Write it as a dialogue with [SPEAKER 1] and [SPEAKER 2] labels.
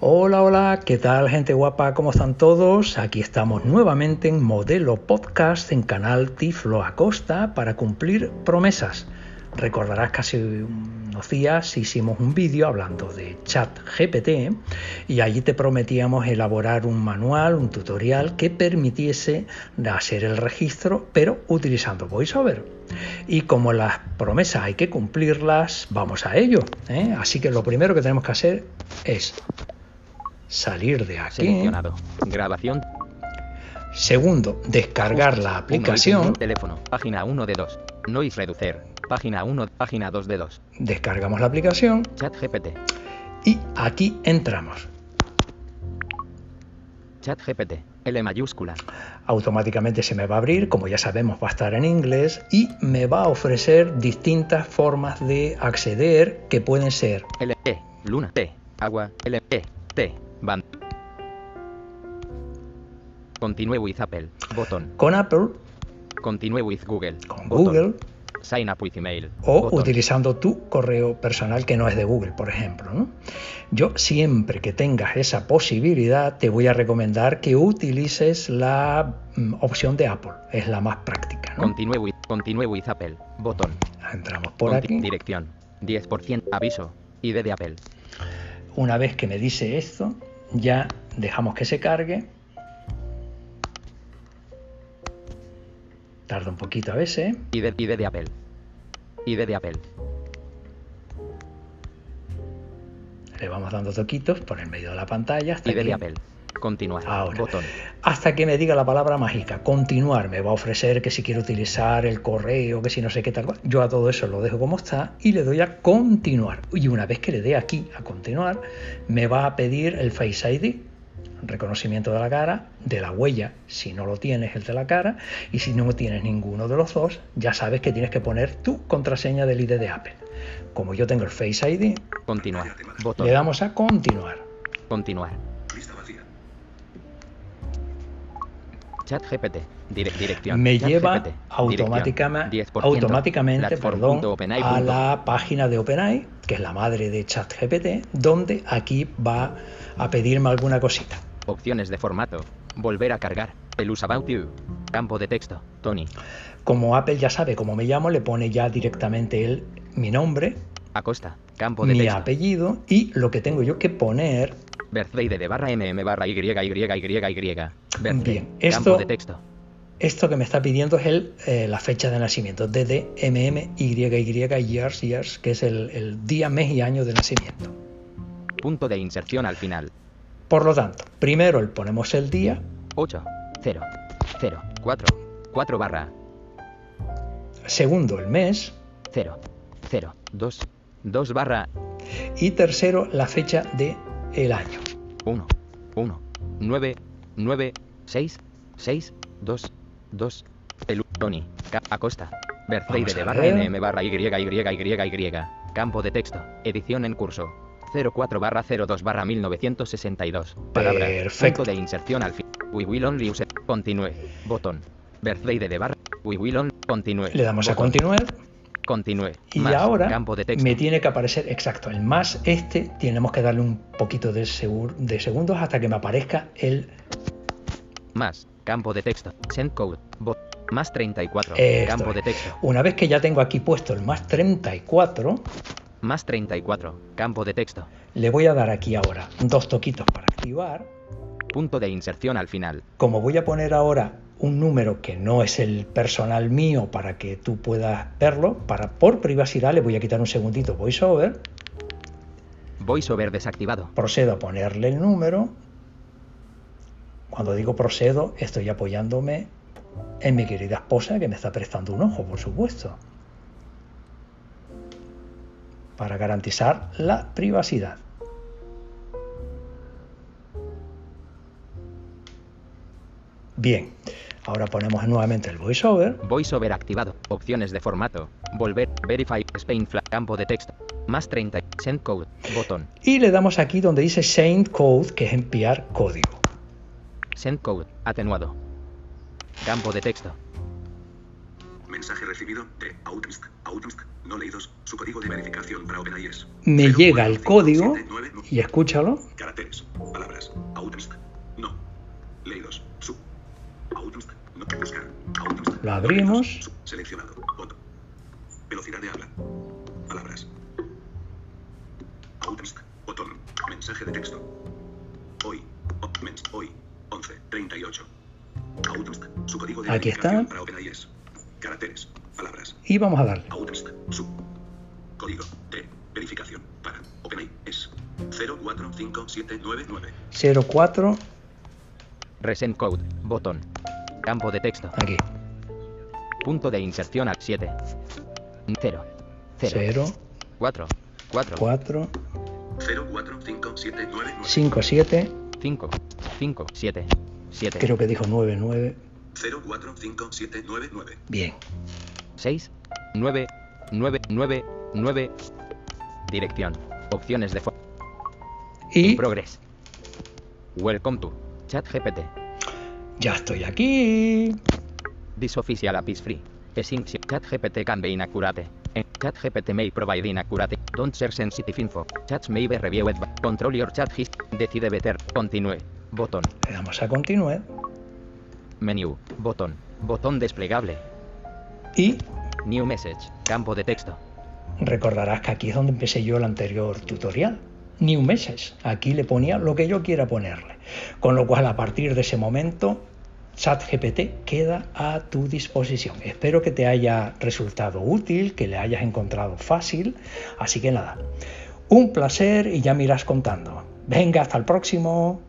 [SPEAKER 1] Hola, hola, ¿qué tal gente guapa? ¿Cómo están todos? Aquí estamos nuevamente en Modelo Podcast en canal Tiflo Acosta para cumplir promesas. Recordarás que hace unos días hicimos un vídeo hablando de ChatGPT y allí te prometíamos elaborar un manual, un tutorial que permitiese hacer el registro pero utilizando VoiceOver. Y como las promesas hay que cumplirlas, vamos a ello. ¿eh? Así que lo primero que tenemos que hacer es salir de aquí.
[SPEAKER 2] Seleccionado. Grabación.
[SPEAKER 1] Segundo, descargar la aplicación.
[SPEAKER 2] Teléfono. Página 1 de 2. Noise Reducer. Página 1, página 2 de 2.
[SPEAKER 1] Descargamos la aplicación
[SPEAKER 2] Chat GPT.
[SPEAKER 1] y aquí entramos.
[SPEAKER 2] Chat GPT. L mayúscula.
[SPEAKER 1] Automáticamente se me va a abrir, como ya sabemos va a estar en inglés y me va a ofrecer distintas formas de acceder que pueden ser
[SPEAKER 2] L E. Luna T. Agua. L E. T. Band. Continue with Apple. Botón.
[SPEAKER 1] con Apple,
[SPEAKER 2] Continue with Google.
[SPEAKER 1] con
[SPEAKER 2] Botón.
[SPEAKER 1] Google
[SPEAKER 2] Sign up with email.
[SPEAKER 1] o
[SPEAKER 2] Botón.
[SPEAKER 1] utilizando tu correo personal que no es de Google, por ejemplo. ¿no? Yo siempre que tengas esa posibilidad te voy a recomendar que utilices la mm, opción de Apple, es la más práctica. ¿no?
[SPEAKER 2] Continue with, continue with Apple. Botón.
[SPEAKER 1] Entramos por
[SPEAKER 2] Conti-
[SPEAKER 1] aquí.
[SPEAKER 2] Dirección. 10% aviso. ID de Apple.
[SPEAKER 1] Una vez que me dice esto, ya dejamos que se cargue. Tarda un poquito a veces. ¿eh?
[SPEAKER 2] ID, ID de Apple. ID de Apple.
[SPEAKER 1] Le vamos dando toquitos por el medio de la pantalla hasta,
[SPEAKER 2] ID de
[SPEAKER 1] que,
[SPEAKER 2] Apple. Continuar.
[SPEAKER 1] Ahora.
[SPEAKER 2] Botón.
[SPEAKER 1] hasta que me diga la palabra mágica. Continuar. Me va a ofrecer que si quiero utilizar el correo, que si no sé qué tal. cual. Yo a todo eso lo dejo como está y le doy a continuar. Y una vez que le dé aquí a continuar, me va a pedir el Face ID. reconocimiento de la cara, de la huella, si no lo tienes el de la cara, y si no tienes ninguno de los dos, ya sabes que tienes que poner tu contraseña del ID de Apple. Como yo tengo el Face ID,
[SPEAKER 2] Continuar.
[SPEAKER 1] le
[SPEAKER 2] Botón.
[SPEAKER 1] damos a continuar.
[SPEAKER 2] Continuar. Chat GPT. Direc- dirección.
[SPEAKER 1] Me
[SPEAKER 2] Chat
[SPEAKER 1] lleva
[SPEAKER 2] GPT.
[SPEAKER 1] automáticama-
[SPEAKER 2] Dirección. 10%
[SPEAKER 1] automáticamente perdón,
[SPEAKER 2] platform.openai.
[SPEAKER 1] a la página de OpenAI, que es la madre de ChatGPT, donde aquí va a pedirme alguna cosita.
[SPEAKER 2] Opciones de formato. Volver a cargar. El use about you. Campo de texto. Tony.
[SPEAKER 1] Como Apple ya sabe cómo me llamo, le pone ya directamente él mi nombre,
[SPEAKER 2] Acosta. Campo de
[SPEAKER 1] mi
[SPEAKER 2] texto.
[SPEAKER 1] apellido y lo que tengo yo que poner
[SPEAKER 2] Birthday de, de barra mm barra y y y y. Birthday.
[SPEAKER 1] Bien,
[SPEAKER 2] Campo
[SPEAKER 1] esto-
[SPEAKER 2] de texto.
[SPEAKER 1] Esto que me está pidiendo es el, eh, la fecha de nacimiento, DDMMYY years, years, que es el, el día, mes y año de nacimiento.
[SPEAKER 2] Punto de inserción al final.
[SPEAKER 1] Por lo tanto, primero el ponemos el día,
[SPEAKER 2] 8, 0, 0, 4, 4 barra,
[SPEAKER 1] segundo el mes
[SPEAKER 2] 0, 0, 2, 2 barra,
[SPEAKER 1] y tercero la fecha de el año.
[SPEAKER 2] 1, 1, 9, 9, 6, 6, 2, 2, el Tony, Ca- Acosta, birthday
[SPEAKER 1] Vamos
[SPEAKER 2] de
[SPEAKER 1] a
[SPEAKER 2] barra
[SPEAKER 1] ver.
[SPEAKER 2] NM barra Y, Y, Y, Y, campo de texto, edición en curso. 04 barra 02 barra 1962. Palabra.
[SPEAKER 1] Perfecto.
[SPEAKER 2] Punto de inserción al fin. We will only use. Continue. Botón. Birthday de de barra. We will only. Continue.
[SPEAKER 1] Le damos a
[SPEAKER 2] Botón.
[SPEAKER 1] continuar
[SPEAKER 2] Continúe.
[SPEAKER 1] y
[SPEAKER 2] Más.
[SPEAKER 1] ahora
[SPEAKER 2] Campo de texto.
[SPEAKER 1] me tiene que aparecer exacto el más este, tenemos que darle un poquito de, segur- de segundos hasta que me aparezca el
[SPEAKER 2] Más. Campo de texto. Send code. Bo- Más 34.
[SPEAKER 1] eh, Esto
[SPEAKER 2] Campo
[SPEAKER 1] es.
[SPEAKER 2] de texto.
[SPEAKER 1] una vez que ya tengo aquí puesto el más 34,
[SPEAKER 2] Más 34. Campo de texto.
[SPEAKER 1] Le voy a dar aquí ahora dos toquitos para activar.
[SPEAKER 2] Punto de inserción al final.
[SPEAKER 1] Como voy a poner ahora un número que no es el personal mío para que tú puedas verlo, para por privacidad le voy a quitar un segundito VoiceOver,
[SPEAKER 2] VoiceOver desactivado.
[SPEAKER 1] procedo a ponerle el número. Cuando digo procedo, estoy apoyándome en mi querida esposa que me está prestando un ojo, por supuesto, para garantizar la privacidad. Bien, ahora ponemos nuevamente el voiceover.
[SPEAKER 2] VoiceOver activado. Opciones de formato. Volver. Verify. Spain flag. Campo de texto. Más 30. Send code. Botón.
[SPEAKER 1] Y le damos aquí donde dice Send Code, que es enviar código.
[SPEAKER 2] Send code. Atenuado. Campo de texto.
[SPEAKER 3] Mensaje recibido de Outmst, Outmst, no leídos. Su código de verificación para OpenAI es.
[SPEAKER 1] Me
[SPEAKER 3] 0,
[SPEAKER 1] llega
[SPEAKER 3] 4,
[SPEAKER 1] el
[SPEAKER 3] 5,
[SPEAKER 1] código
[SPEAKER 3] 7, 9, 9,
[SPEAKER 1] y escúchalo.
[SPEAKER 3] Caracteres.
[SPEAKER 1] abrimos.
[SPEAKER 3] Seleccionado. Bot. Velocidad de habla. Palabras. Outnst. Botón. Mensaje de texto. Hoy. O- mens- Hoy. 11. 38. Outnst. Su código de
[SPEAKER 1] Aquí está.
[SPEAKER 3] verificación para OpenIS. Caracteres. Palabras.
[SPEAKER 1] Y vamos a darle.
[SPEAKER 3] Outnst. Su. Código de verificación para OpenAI es 045799.
[SPEAKER 1] 04.
[SPEAKER 2] Resend code. Botón. Campo de texto.
[SPEAKER 1] Aquí.
[SPEAKER 2] Punto de inserción a 7. 0. 0.
[SPEAKER 1] 0,
[SPEAKER 2] 4. 4.
[SPEAKER 1] 4,
[SPEAKER 3] 045799.
[SPEAKER 1] 5, 7.
[SPEAKER 2] 5. 5. 7. 7.
[SPEAKER 1] Creo que dijo 9, 9.
[SPEAKER 3] 045799.
[SPEAKER 1] Bien.
[SPEAKER 2] 6. 9. 9. 9. 9. Dirección. Opciones de fo-
[SPEAKER 1] Y
[SPEAKER 2] Progress. Welcome to ChatGPT.
[SPEAKER 1] ya estoy aquí.
[SPEAKER 2] This official app is free. Since ChatGPT can be inaccurate. And ChatGPT may provide inaccurate. Don't share sensitive info. Chats may be reviewed. by- Control your chat his. Decide better. Continue. Botón.
[SPEAKER 1] Le damos a continuar.
[SPEAKER 2] Menú. Botón. Botón desplegable.
[SPEAKER 1] Y
[SPEAKER 2] New message. Campo de texto.
[SPEAKER 1] recordarás que aquí es donde empecé yo el anterior tutorial. New Message. Aquí le ponía lo que yo quiera ponerle. Con lo cual, a partir de ese momento, ChatGPT queda a tu disposición. Espero que te haya resultado útil, que le hayas encontrado fácil. Así que nada, un placer y ya me irás contando. Venga, hasta el próximo.